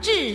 致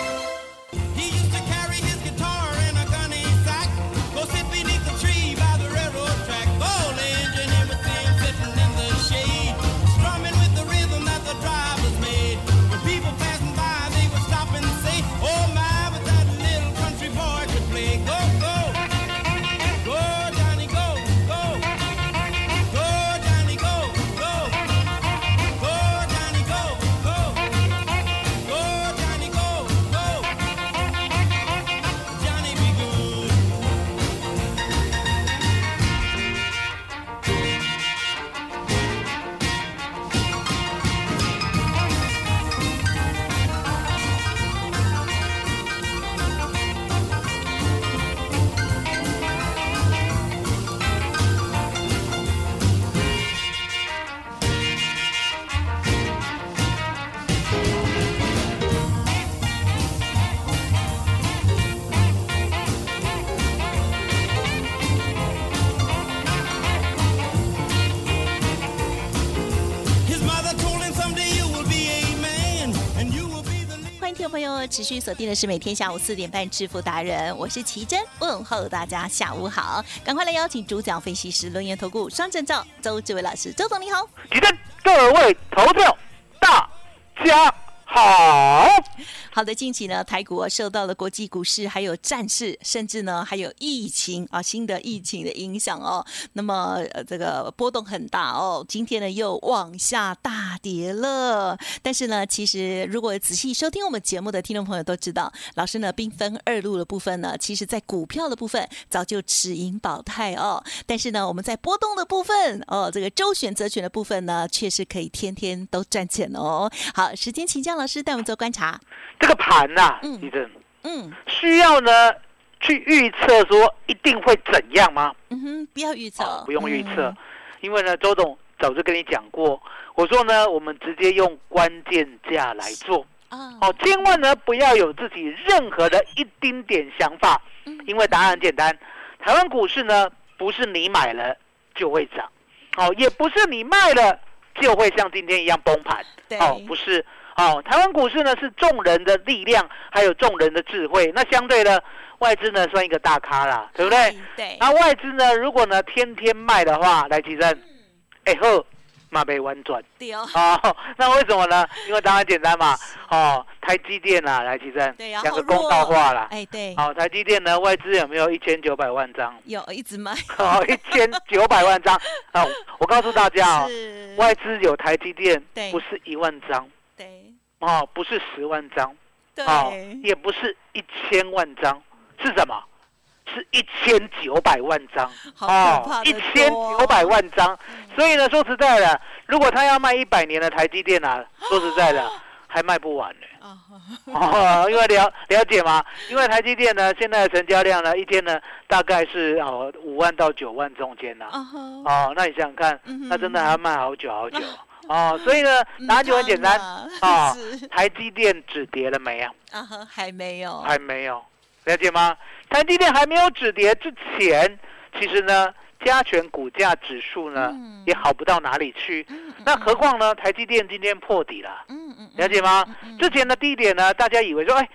He used to carry his guitar in a gunny sack. Go sit beneath the tree by the railroad track. Old engineer would see him sitting in the shade, strumming with the rhythm that the drivers made. When people passing by, they would stop and say, Oh my, but that little country boy could play. Go, go, go, Johnny, go, go, go, Johnny, go, go, go, Johnny, go, go, go, Johnny, go, go. Johnny be good. 欢迎听众朋友持续锁定的是每天下午四点半《致富达人》，我是奇珍，问候大家下午好，赶快来邀请主讲分析师、轮研投顾双证照周志伟老师，周总你好。举证，各位投票，大家好。好的，近期呢，台股啊受到了国际股市还有战事，甚至呢还有疫情啊新的疫情的影响哦。那么呃这个波动很大哦，今天呢又往下大跌了。但是呢，其实如果仔细收听我们节目的听众朋友都知道，老师呢兵分二路的部分呢，其实在股票的部分早就持盈保泰哦。但是呢，我们在波动的部分哦，这个周选择权的部分呢，确实可以天天都赚钱哦。好，时间请江老师带我们做观察。这个盘呐、嗯举证嗯需要呢去预测说一定会怎样吗？嗯哼，不要预测，哦不用预测，嗯因为呢，周董早就跟你讲过，我说呢，我们直接用关键价来做啊。哦，千万呢不要有自己任何的一丁点想法，嗯因为答案很简单，台湾股市呢不是你买了就会涨，哦，也不是你卖了就会像今天一样崩盘，对哦，不是。哦，台湾股市呢是众人的力量，还有众人的智慧。那相对呢，外资呢算一个大咖啦，对不对？哎对，那外资呢，如果呢天天卖的话，来提嗯升，哎呵，马被弯转对 哦，哦。那为什么呢？因为答案简单嘛，哦，台积电啦，来提升，对呀，两好个弱公道话啦。哎，对，好、台积电呢，外资有没有一千九百万张？ 有一直买，哦，一千九百万张啊！我告诉大家哦，是，外资有台积电对，不是一万张对哦，不是十万张对，哦，也不是一千万张，是什么？是一千九百万张。哦好可怕一的千多啊嗯九百万张。所以呢，说实在的，如果他要卖一百年的台积电啊，说实在的，还卖 不完呢、啊，哦，因为了了解吗？因为台积电呢，现在的成交量呢，一天呢大概是哦五万到九万中间呢、啊哈，哦，那你想想看嗯哼，那真的还要卖好久 好久。哦，所以呢，答案就很简单嗯 哦是。台积电止跌了没啊？啊哈，还没有，还没有，了解吗？台积电还没有止跌之前，其实呢，加权股价指数呢、嗯也好不到哪里去。嗯嗯那何况呢，台积电今天破底了，嗯嗯，了解吗？嗯嗯之前的低点呢，大家以为说，哎，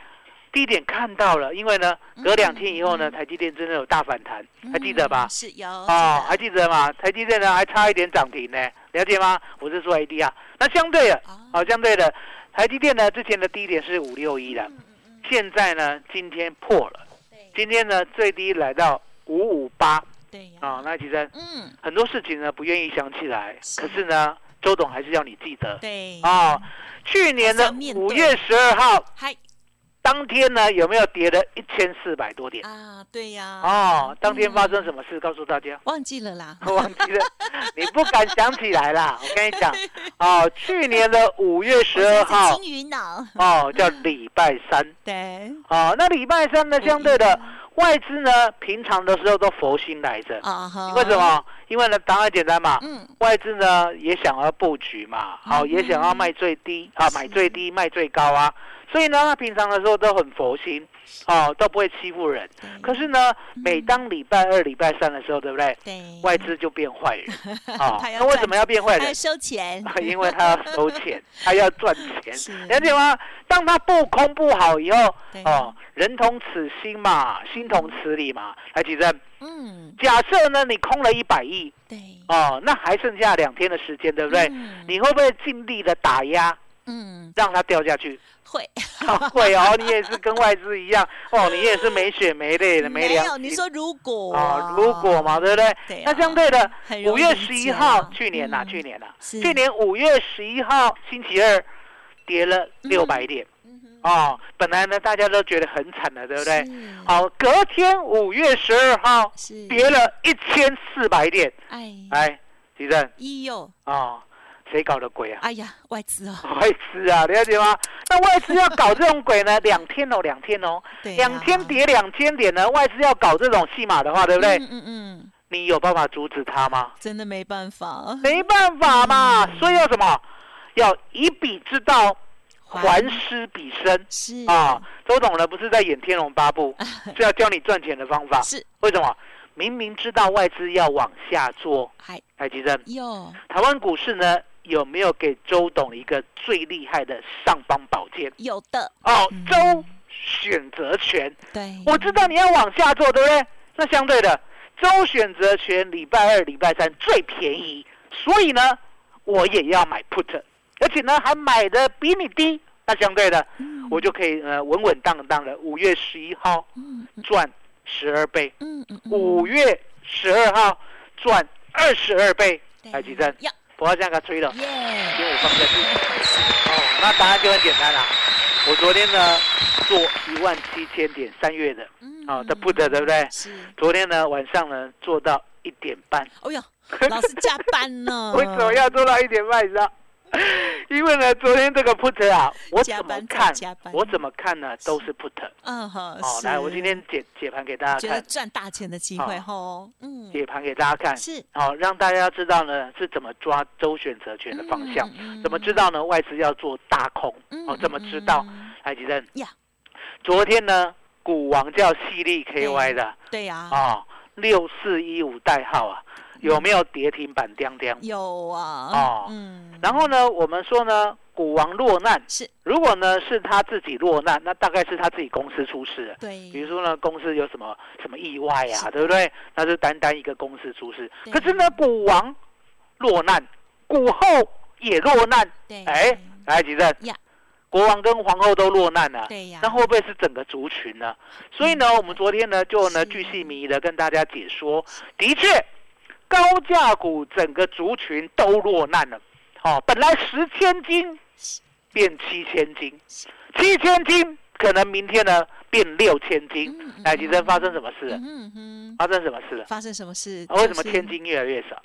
低点看到了，因为呢，嗯隔两天以后呢，台积电真的有大反弹，还记得吧嗯？是有哦，还记记得吗？台积电呢还差一点涨停呢，了解吗？我是说 ADR。那啊相对的，啊好、相对的，台积电呢之前的低点是五六一嗯的，现在呢今天破了，得，今天呢最低来到五五八对呀，啊。那其实嗯，很多事情呢不愿意想起来，哦是可是呢周董还是要你记得对，哦。去年还是要的面对五月十二号，还当天呢有没有跌了一千四百多点？啊，对呀，哦，当天发生什么事？告诉大家。忘记了啦， 我忘记了，你不敢想起来啦。我跟你讲，哦，去年的五月十二 号金，鱼脑，哦，叫礼拜三，对，哦，那礼拜三呢，相对的外资呢，平常的时候都佛心来着，啊哈，为什？么？因为呢，答案简单嘛，嗯，外资呢也想要布局嘛，好、也想要卖最低啊，买最低卖最高啊，所以呢，他平常的时候都很佛心，哦，都不会欺负人。可是呢，每当礼拜二、礼拜三的时候，对不对？对，外资就变坏 人啊他！要那为赚什么要变坏他要 人？收钱，因为他要收 钱，他要赚钱是，了解吗？当他不空不好以后对，哦，人同此心嘛，心同此理嘛。来，举证，嗯，假设呢你空了一百亿对，哦，那还剩下两天的时间，对不对？嗯你会不会尽力的打压，嗯，让它掉下去？会，会哦，你也是跟外资一样哦，你也是没血没泪 的，没良有，心。你说如果哦，如果嘛，对不对？对啊那相对的很，容五易月十理一解号啦，去年呐、嗯去年呐、是去年五月十一号星期二跌嗯了六百点、哦，本来呢大家都觉得很惨了，对不对？是好，隔天五月十二号是跌了一千四百点，哎，哎，地震一哟，哦，谁搞的鬼啊？ 哎呀，外资哦，外资啊，了解吗？那外资要搞这种鬼呢，两天哦，两天哦，对啊两天跌两千点呢，外资要搞这种戏码的话，对不对？嗯嗯嗯，你有办法阻止他吗？嗯真的没办法，没办法嘛，所以要什么？要以彼之道还施彼身是啊！周董呢不是在演《天龙八部》，是要教你赚钱的方法。嗯是，为什么？明明知道外资要往下做，还台积电，哟，台湾股市呢有没有给周董一个最厉害的上方宝剑？有的，哦，周选择权，对，我知道你要往下做，对不对？那相对的，周选择权礼拜二、礼拜三最便宜，所以呢，我也要买 put，而且呢还买的比你低。那相对的，我就可以呃稳稳当当的五月十一号嗯嗯赚十二倍，嗯嗯嗯，五月十二号赚二十二倍。来，吉珍，呀，不要这样给他吹了。耶，因为我放在这里。哦，那答案就很简单啦、我昨天呢做一万七千点，三月的，嗯哦，的不得，对不对？是，昨天呢晚上呢做到一点半，哦哟，老师加班呢， 为什么要做到一点半以上？ 因为呢，昨天这个 put 啊，我加怎么班看再加班，我怎么看呢，都是 put。嗯哈，哦，是来，我今天解解盘给大觉家得看，赚大钱的机会哦吼，嗯，解盘给大家看，是好、哦、让大家知道呢是怎么抓周选择权的方向，嗯嗯怎么知道呢外资要做大空，哦，怎么知道？嗯海吉正呀昨天呢，股王叫犀利 KY 的对嗯呀，哦，六四一五代号啊，有没有跌停板叮叮？有啊，哦嗯，然后呢，我们说呢，股王落难，是如果呢是他自己落难，那大概是他自己公司出事了。对，比如说呢，公司有什么什么意外嗯是啊，对不对？那是单单一个公司出事。对可是呢，股王落难，股后也落难。对，哎，来，吉正呀，国王跟皇后都落难啊了、对呀那会不会是整个族群呢？所以呢，我们昨天呢就呢是巨细靡遗的跟大家解说，的确，高价股整个族群都落难了。哦，本来十千金变七千金，七千金可能明天呢变六千金嗯嗯。来，吉生发生什么事了嗯？哼哼，发生什么事了？发生什么事？啊为什就么是千金越来越少？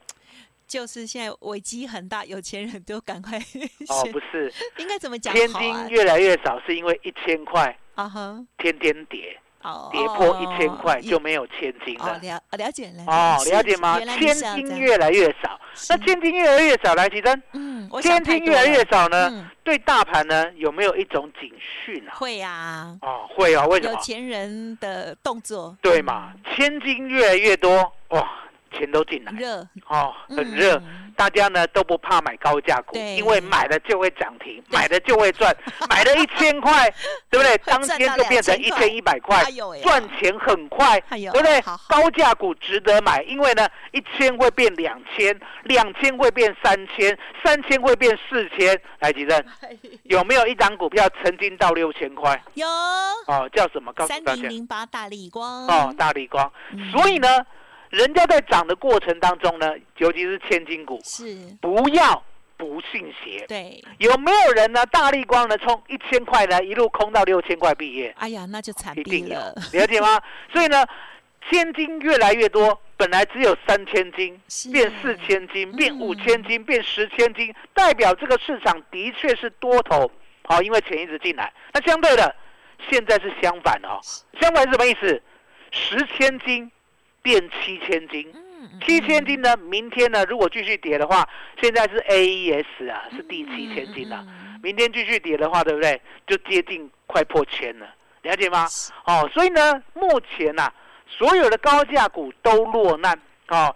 就是现在危机很大，有钱人都赶快 哦，先不是，应该怎么讲千好啊金？越来越少，是因为一千块啊哈，天天跌。哦，跌破哦一千块一就没有千金哦了。了哦了解了哦，是了解吗？原来你千是要这金样越来越少，那是千金越来越少，来奇珍，嗯，我想千太金多越来越了少呢，嗯对大盘呢有没有一种警讯啊？会啊，哦，会啊，为什有么？钱人的动作对嘛，千金越来越多，哇，钱都进来，热，哦，很热。 嗯大家呢都不怕买高价股，对因为买了就会涨停，买了就 会赚，买了一千块，对不对？赚当到天就变成2000一块千一百块哎呦喂，赚钱很快，哎对呦不对好？好高价股值得买，因为呢，一千会变两千，两千会变三千，三千会变四千。来，吉 正，有没有一张股票曾经到六千块？有哦，叫什么？告诉三大零家。零嗯八大力光哦，，大力光。所以呢，人家在涨的过程当中呢，尤其是千金股，是不要不信邪。对，有没有人呢？大力光呢，从一千块呢一路空到六千块毕业，哎呀，那就惨一毙定有了， 了解吗？所以呢，千金越来越多，本来只有三千金是，变四千金，变五千金，变十千金，代表这个市场的确是多头。好、因为钱一直进来。那相对的，现在是相反哦，相反是什么意思？十千金变七千金，七千金呢，明天呢，如果继续跌的话，现在是 AES 啊，是第七千嗯金啊。明天继续跌的话，对不对？就接近快破千了，了解吗？哦，所以呢，目前呐、所有的高价股都落难。哦，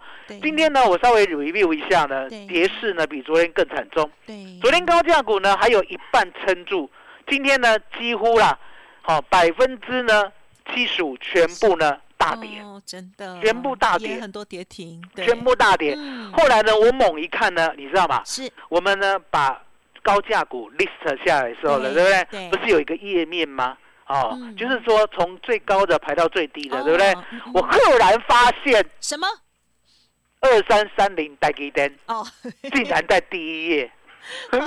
嗯对，今天呢，我稍微 review 一下呢对，跌势呢比昨天更惨重。对，昨天高价股呢还有一半撑住，今天呢几乎啦，好百分之呢七十五全部呢大跌，哦，真的全部大也跌很多跌停，对全部大跌。嗯后来呢，我猛一看呢，你知道吗？是我们呢把高价股 list 下来的时候呢，对对不对对？不是有一个页面吗？哦，嗯就是说从最高的排到最低的，哦对不对？嗯嗯我赫然发现什么？二三三零带给单哦， 竟然 在第一页，好，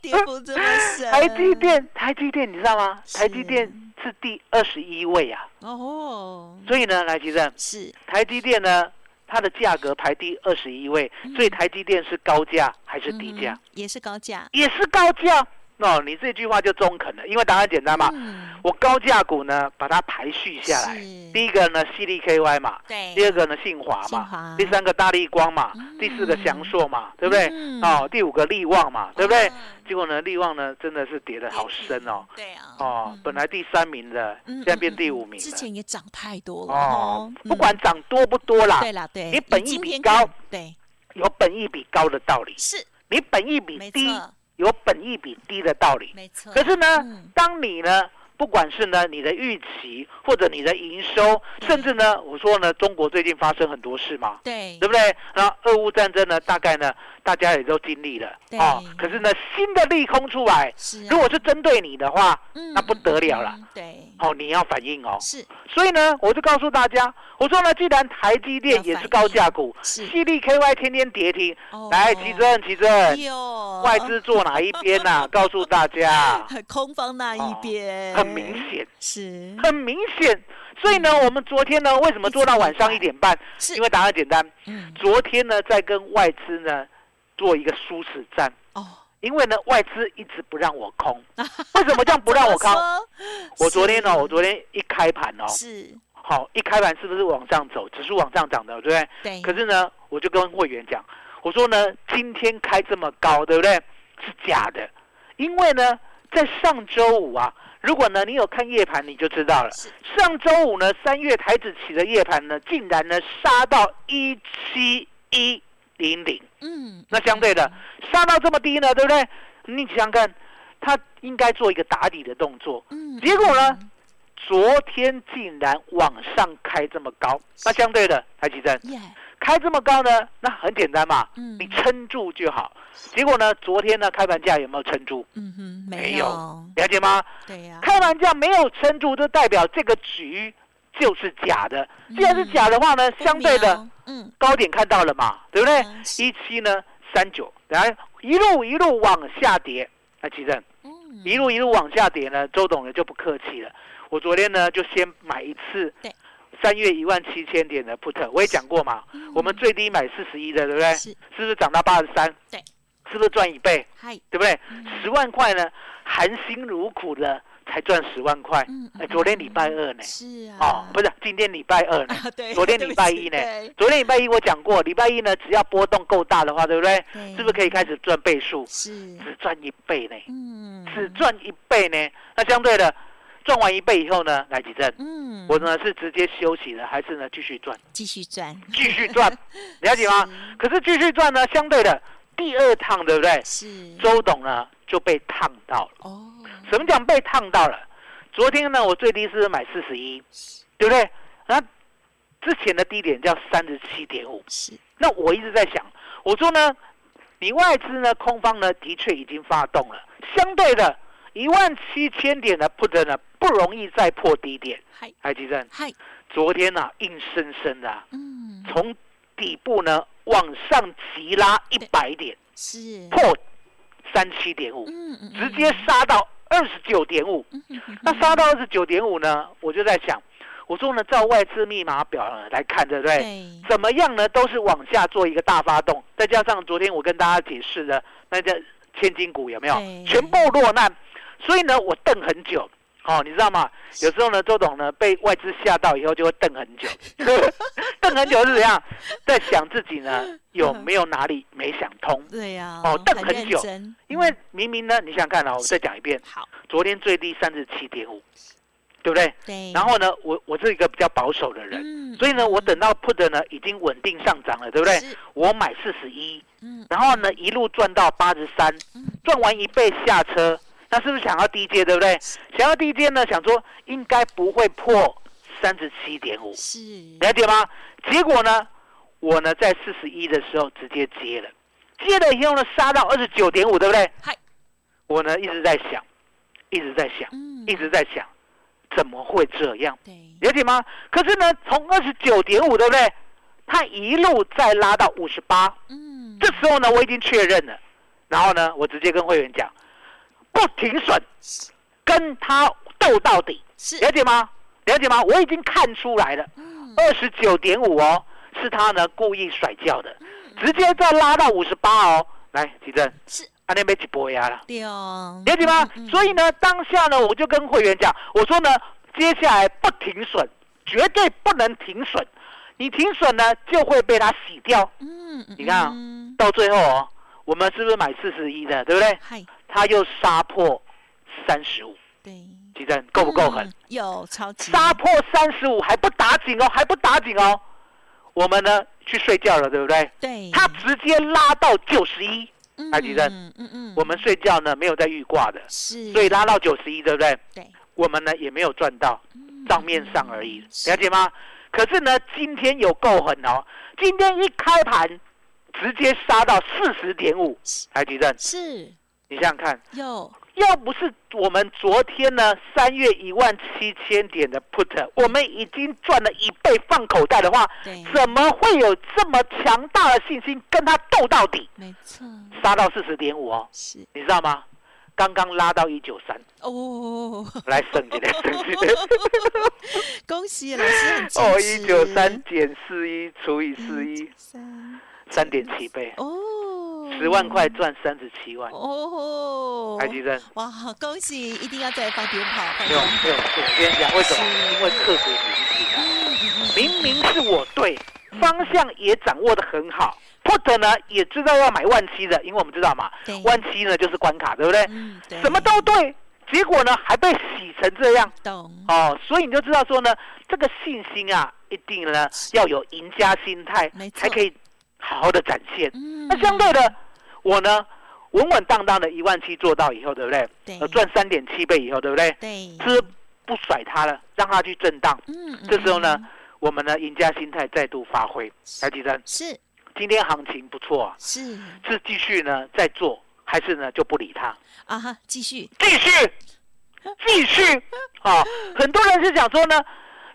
跌幅这么深，台积电，台积电你知道吗？是台积电是第二十一位啊，哦，所以呢，来吉正，是台积电呢，它的价格排第二十一位，所以台积电是高价还是低价？嗯也是高价，也是高价。哦，你这句话就中肯了，因为答案简单嘛。嗯，我高价股呢，把它排序下来。是第一个呢，犀利 KY 嘛，对，第二个呢，信华信华嘛，第三个大力光嘛，嗯第四个翔硕嘛，对不对？嗯哦，第五个力旺嘛，对不对？哦结果呢，力旺呢，真的是跌得好深哦。，对啊，哦嗯，本来第三名的，嗯现在变第五名之了。前也涨太多了哦哦，，不管涨多不多啦嗯，对啦，对，你本以益基比偏高看，对，有本益比高的道理，是你本益比没低错有本益比低的道理。没错。可是呢，嗯当你呢，不管是呢你的预期，或者你的营收，嗯甚至呢，我说呢，中国最近发生很多事嘛，对对不对？然后俄乌战争呢，大概呢，大家也都经历了对哦。可是呢，新的利空出来，是啊，如果是针对你的话，嗯那不得了了，嗯嗯对，哦，你要反应哦。是所以呢，我就告诉大家，我说呢，既然台积电也是高价股，是犀利 KY 天天跌停，哦哎来奇正奇正，哟外资坐哪一边 呐、告诉大家，空方那一哦边很明显，是很明显。所以呢，我们昨天呢，为什么做到晚上一点半？是因为答案简单，嗯昨天呢，在跟外资呢做一个殊死战。哦，因为呢，外资一直不让我空，为什么这样不让我哦空？空我昨天呢、我昨天一开盘哦，是好，一开盘是不是往上走？指数往上涨的，对不对？对，可是呢，我就跟会员讲，我说呢，今天开这么高，对不对？是假的，因为呢，在上周五啊，如果呢你有看夜盘，你就知道了是。上周五呢，三月台子期的夜盘呢，竟然呢杀到一七一零零，嗯那相对的杀到这么低呢，对不对？你想想看，它应该做一个打底的动作，嗯，结果呢嗯，昨天竟然往上开这么高，那相对的，台积电耶，开这么高呢，那很简单嘛，嗯你撑住就好。结果呢，昨天呢开盘价有没有撑住？嗯哼，没没有了解吗？对呀，开盘价没有撑住，就代表这个局就是假的。既然是假的话呢，不相对的瞄，嗯，高点看到了嘛，对不对嗯？是一七呢三九，然后一路一路往下跌。那其实嗯一路一路往下跌呢，周董呢就不客气了。我昨天呢就先买一次对，三月一万七千点的 put，我也讲过嘛，嗯我们最低买四十一的，对不对？是不是涨到八十三？对，嗯是不是赚一倍？嗨，对不对？十、万块呢，含辛茹苦的才赚十万块。嗯嗯哎昨天礼拜二呢？是哦啊，，不是，今天礼拜二 呢？啊，对，昨天对礼不拜起一呢对？昨天礼拜一我讲过，礼拜一呢，只要波动够大的话，对不对？对是不是可以开始赚倍数？是，只赚一倍呢？嗯，只赚一倍呢？那相对的，赚完一倍以后呢，来几阵？嗯，我呢是直接休息了，还是呢继 续赚？继续赚，继续赚，了解吗？可是继续赚呢，相对的第二趟，对不对？是周董呢就被烫到了。哦，什么讲被烫到了？昨天呢，我最低是买四十一，对不对？那之前的低点叫三十七点五。是那我一直在想，我说呢，你外资呢，空方呢，的确已经发动了，相对的，一万七千点的 put 呢，不容易再破低点。嗨海基正，嗨，昨天呢、硬生生的啊、嗯，从底部呢往上急拉一百点，是破三七点五，嗯嗯，直接杀到二十九点五。那杀到二十九点五呢，我就在想，我说呢，照外资密码表来看，对不对？对，怎么样呢？都是往下做一个大发动，再加上昨天我跟大家解释的那叫千金股有没有对？全部落难，所以呢，我瞪很久。哦，你知道吗？有时候呢，周董呢被外资吓到以后，就会瞪很久。 瞪很久是怎样？在想自己呢有没有哪里没想通？对呀，哦瞪很认久真因为明明呢，你想想看啊，我再讲一遍，好，昨天最低三十七点五，对不对？对，然后呢，我我是一个比较保守的人，嗯，所以呢，我等到 put 呢已经稳定上涨了，对不对？是我买四十一嗯，然后呢一路赚到八十三，赚完一倍下车，那是不是想要低阶，对不对？想要低阶呢，想说应该不会破三十七点五，是了解吗？结果呢，我呢在四十一的时候直接接了，接了以后呢杀到二十九点五，对不对嗨？我呢一直在想，一直在想，嗯一直在想，怎么会这样？对，了解吗？可是呢，从二十九点五，对不对？它一路再拉到五十八，嗯，这时候呢，我已经确认了。然后呢，我直接跟会员讲，不停损，跟他斗到底，是了解吗？了解吗？我已经看出来了，二十九点五哦，是他呢故意甩掉的，直接再拉到五十八哦。来，吉正，嗯是阿那边起波压了。对哦，了解吗嗯？所以呢，当下呢，我就跟会员讲，我说呢，接下来不停损，绝对不能停损，你停损呢就会被它洗掉。嗯，嗯你看啊嗯到最后哦，我们是不是买四十一的，对不对？嗨，它又杀破三十五，对，奇正够不够狠？嗯？有超级杀破三十五还不打紧哦，还不打紧哦。我们呢去睡觉了，对不对？对，它直接拉到九十一，嗯海底针嗯嗯嗯，我们睡觉呢没有在预挂的，是所以拉到九十一，对不对？对嗯我们呢也没有赚到，账面上而已，了解吗？可是呢，今天有够狠哦！今天一开盘直接杀到四十点五，台积电，是你想想看，有要不是我们昨天呢三月一万七千点的 put，我们已经赚了一倍放口袋的话，对，怎么会有这么强大的信心跟他斗到底？没错，杀到四十点五哦，是 你知道吗？刚刚拉到一九三，哦，来省一点， 省一点。恭喜老师很哦，坚一持九三减四一除以四一，三三点七倍，哦，十万块赚三十七万，哦，台积电哇，恭喜！一定要再放鞭炮，放鞭六炮。六四。我跟你讲为什么？因为刻骨铭嗯嗯嗯心啊，明明是我对，方向也掌握的很好。put 呢也知道要买万七的，因为我们知道嘛对，万七呢就是关卡，对不对？嗯，对，什么都对，结果呢还被洗成这样。懂，哦，所以你就知道说呢，这个信心啊，一定呢要有赢家心态没，错才可以好好的展现。嗯那相对的，我呢稳稳当当的一万七做到以后，对不对？对呃赚三点七倍以后，对不对？对，是不甩它了，让它去震荡。嗯，嗯这时候呢，我们呢赢家心态再度发挥。台积电是今天行情不错啊，是是继续呢再做，还是呢就不理它？啊哈，继续继 续，继续啊！很多人是想说呢，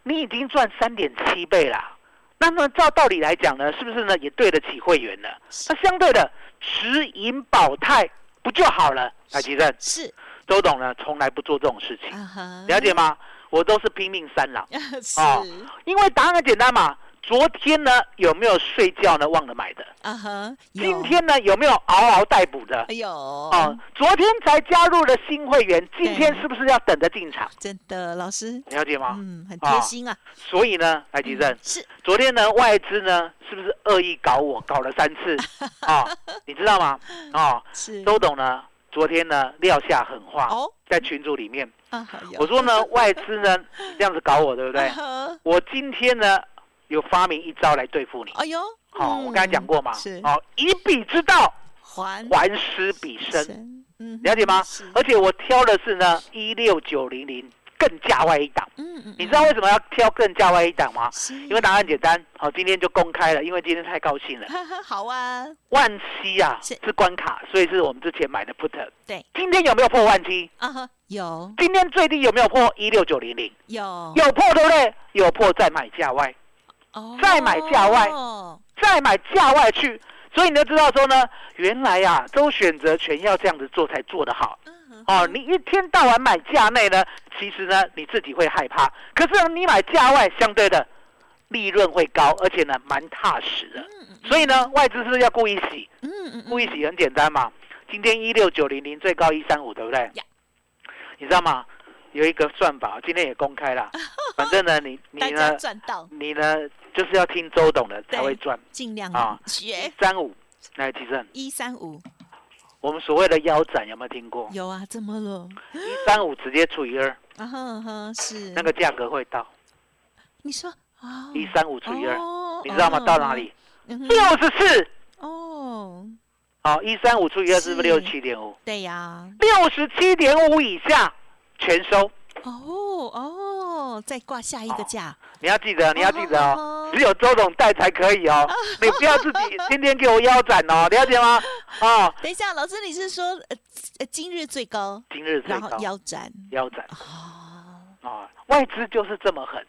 你已经赚三点七倍啦，那么照道理来讲呢，是不是呢也对得起会员呢？那相对的，持盈保泰不就好了？台积电是周董呢从来不做这种事情，啊哈，了解吗？我都是拼命三郎， 是哦因为答案很简单嘛。昨天呢有没有睡觉呢？忘了买的。啊哈，有今天呢有没有嗷嗷待哺的哎？呦哦，，昨天才加入的新会员，今天对是不是要等着进场？真的老师，了解吗？嗯，很啊贴心啊，所以呢，来吉正，是昨天呢外资呢是不是恶意搞我，搞了三 次啊、你知道吗？啊、是周董呢昨天呢撂下狠话，嗯哦在群组里面，啊哈，有我 说呢外资呢这样子搞我，对不对啊？哈我今天呢有发明一招来对付你。哎呦，好、嗯哦我刚才讲过嘛哦是，好、以彼之道还还施彼身，神，嗯，了解吗是？而且我挑的是呢一六九零零更价外一档，嗯嗯，你知道为什么要挑更价外一档吗？因因为答案简单，好、今天就公开了，因为今天太高 兴了。好啊，万七啊是是关卡，所以是我们之前买的 put。对，今天有没有破万七？啊哈，有今天最低有没有破一六九零零？有有破对不对？有破再买价外，哦再买价外再买价外去。所以你就知道说呢，原来呀、周选择权要这样子做才做得好。嗯哦，你一天到晚买价内呢，其实呢你自己会害怕，可是呢你买价外，相对的利润会高，而且呢蛮踏实的。所以呢，外资是不是要故意洗？嗯嗯嗯，故意洗很简单嘛，今天一六九零零最高一三五，对不对呀？你知道吗？有一个算法，今天也公开 了。反正呢，你你大家呢，赚到，你呢，就是要听周董的才对会赚。尽量啊学三五，来其正，一三五，我们所谓的腰斩有没有听过？有啊，怎么了？一三五直接除以二，啊哈哈，是那个价格会到你说啊，一三五除以二，哦你知道吗？哦到哪里？啊嗯哼六十四。哦，好，一三五除以二是是不是六十七点五？对呀，六十七点五以下全收。哦哦，再挂下一个哦价，你要记得，你要记得好好哦好，只有周董带才可以 哦，你不要自己天天给我腰斩哦，了解吗？哦，等一下，老师，你是说呃呃今日最高，今日最然高后腰斩腰斩哦，哦，外资就是这么狠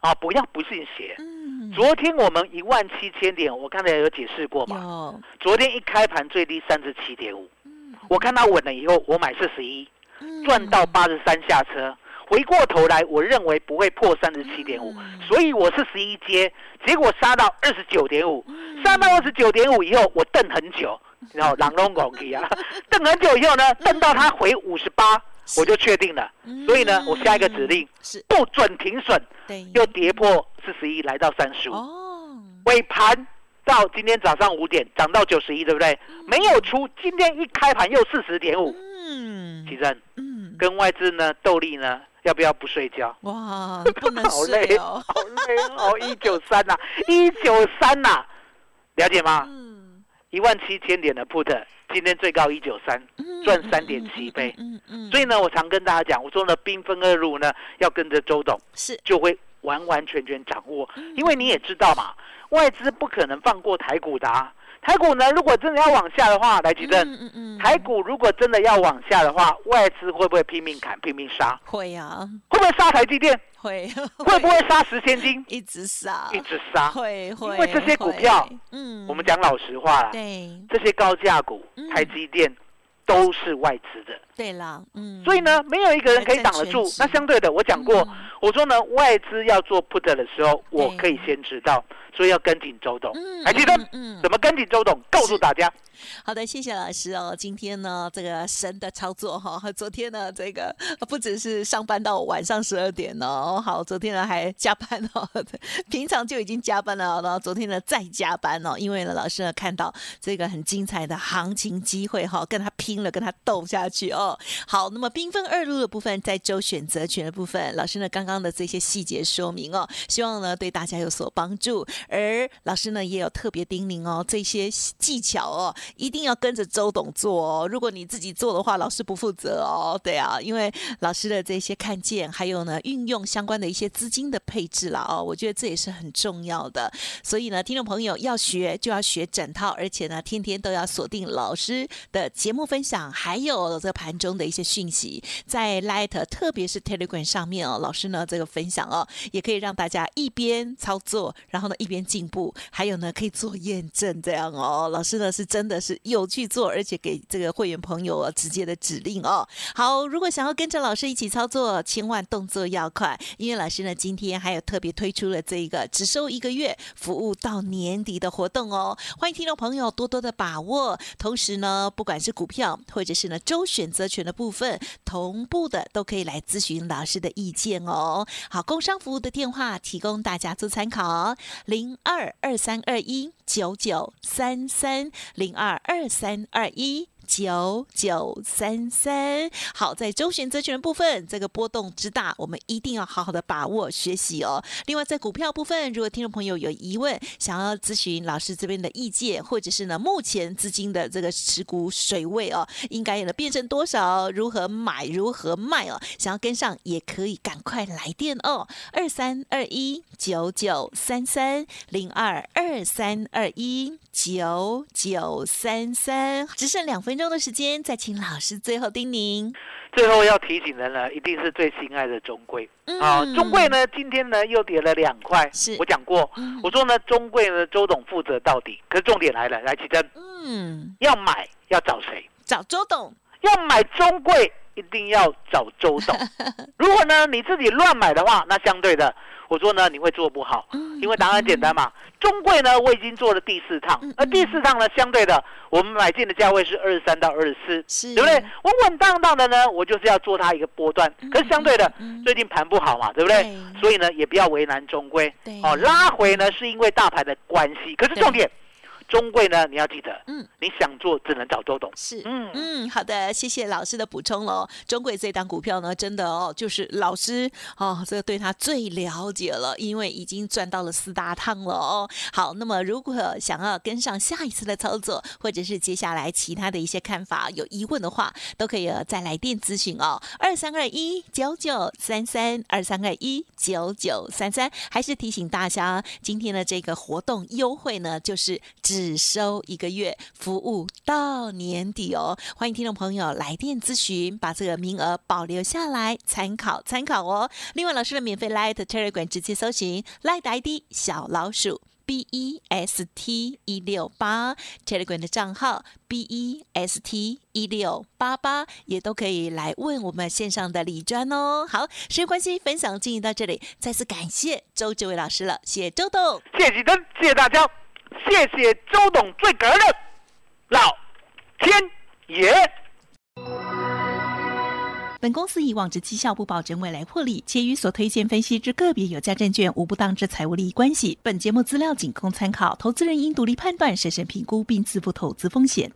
啊！不要不信邪。嗯，昨天我们一万七千点，我刚才有解释过嘛。有，昨天一开盘最低三十七点五，嗯我看它稳了以后，我买四十一，嗯赚到八十三下车。回过头来，我认为不会破三十七点五，嗯所以我是十一接，结果杀到二十九点五，嗯杀到二十九点五以后，我瞪很 久，然后狼龙拱起啊， 瞪很久以后嗯呢，瞪到它回五十八，我就确定了。所以呢，我下一个指令嗯是不准停损，对，又跌破四十一，来到三十五，哦，尾盘到今天早上五点涨到九十一，对不对？没有出，今天一开盘又四十点五，嗯奇正嗯，跟外资呢斗力呢，要不要不睡觉？ 哇，不能好累睡哦，好累哦，一九三呐，一九三呐，了解吗？嗯，一万七千点的 put，今天最高一九三，嗯赚嗯三嗯点七倍嗯嗯嗯嗯所以呢，我常跟大家讲，我说呢，兵分二路呢，要跟着周董，是就会完完全全掌握。嗯因为你也知道嘛，外资不可能放过台股的、啊。台股呢，如果真的要往下的话，来吉正，嗯嗯台股如果真的要往下的话，外资会不会拼命砍、拼命杀？会啊，会不会杀台积电？会会不会杀十千金？一直杀？一直杀。会会，为这些股会票，嗯，我们讲老实话啦，对这些高价股嗯，台积电都是外资的，对啦，嗯，所以呢，没有一个人可以挡得还在住全职。那相对的，我讲过嗯，我说呢，外资要做 put 的时候，对我可以先知道，所以要跟紧周董。嗯，嗯，还记得嗯嗯怎么跟紧周董？告诉大家，好的，谢谢老师哦。今天呢，这个神的操作哈、昨天呢，这个不只是上班到晚上十二点哦，好，昨天呢还加班哦， 平常就已经加班了，然后昨天呢再加班哦，因为呢老师呢看到这个很精彩的行情机会哈、跟他拼了，跟他斗下去哦。好，那么兵分二路的部分，在周选择权的部分，老师呢刚刚的这些细节说明哦，希望呢对大家有所帮助。而老师呢也有特别叮咛哦，这些技巧哦，一定要跟着周董做哦。如果你自己做的话，老师不负责哦。对啊，因为老师的这些看见，还有呢运用相关的一些资金的配置啦哦，我觉得这也是很重要的。所以呢，听众朋友要学就要学整套，而且呢，天天都要锁定老师的节目分享，还有这个盘中的一些讯息，在 Light 特别是 Telegram 上面哦，老师呢这个分享哦，也可以让大家一边操作，然后呢一边进步，还有呢可以做验证这样哦。老师呢是真的是有去做，而且给这个会员朋友哦直接的指令哦。好，如果想要跟着老师一起操作，千万动作要快，因为老师呢今天还有特别推出了这一个只收一个月，服务到年底的活动哦。欢迎听众朋友多多的把握。同时呢，不管是股票或者是呢周选择权的部分，同步的都可以来咨询老师的意见哦。好，工商服务的电话提供大家做参考，哦零二二三二一九九三三零二二三二一。九九三三。好，在周选择权部分，这个波动之大，我们一定要好好的把握学习哦。另外，在股票部分，如果听众朋友有疑问，想要咨询老师这边的意见，或者是呢目前资金的这个持股水位哦，应该呢变成多少，如何买，如何卖哦，想要跟上也可以赶快来电哦，二三二一九九三三零二二三二一九九三三，只剩两分钟。钟的时间，再请老师最后叮咛。最后要提醒人了，一定是最心爱的中贵嗯啊！中贵呢，今天呢又跌了两块是，我讲过嗯，我说呢，中贵呢，周董负责到底。可是重点来了，来奇珍嗯，要买要找谁？找周董，要买中贵一定要找周 董。如果呢你自己乱买的话，那相对的，我说呢你会做不哦好，因为答案简单嘛。中贵呢我已经做了第四趟嗯嗯，而第四趟呢相对的，我们买进的价位是二十三到二十四，是对不对？稳稳当当的呢，我就是要做它一个波段嗯。可是相对的嗯嗯，最近盘不好嘛，对不对对？所以呢也不要为难中贵对。哦，拉回呢是因为大盘的关系，可是重点。中贵呢？你要记得，嗯你想做只能找周董。是。嗯嗯，好的，谢谢老师的补充喽。中贵这档股票呢，真的哦，就是老师哦，这个对他最了解了，因为已经赚到了四大趟了哦。好，那么如果想要跟上下一次的操作，或者是接下来其他的一些看法有疑问的话，都可以呃再来电咨询哦，二三二一九九三三二三二一九九三三。还是提醒大家，今天的这个活动优惠呢，就是只收一个月，服务到年底哦。欢迎听众朋友来电咨询，把这个名额保留下来参考参考哦。另外，老师的免费 Light Telegram 直接搜寻 Light 的 ID 小老鼠 B E S T 一六八 Telegram 的账号 B E S T 一六八八，也都可以来问我们线上的李专哦。好，时间关系，分享进行到这里，再次感谢周志伟老师了，谢谢周董。谢谢灯，谢谢大家，谢谢周董最格的老天爷。本公司以往之绩效不保证未来获利，且与所推荐分析之个别有价证券无不当之财务利益关系。本节目资料仅供参考，投资人应独立判断、审慎评估并自负投资风险。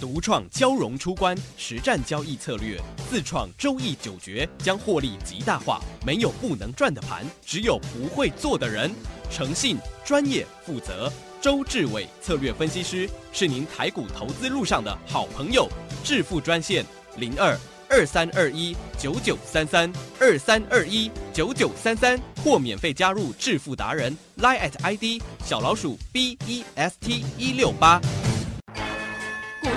独创交融出关实战交易策略，自创周易九诀，将获利极大化。没有不能赚的盘，只有不会做的人。诚信、专业、负责，周志伟策略分析师是您台股投资路上的好朋友。致富专线零二二三二一九九三三二三二一九九三三，或免费加入致富达人 Line at ID 小老鼠 B E S T 一六八。股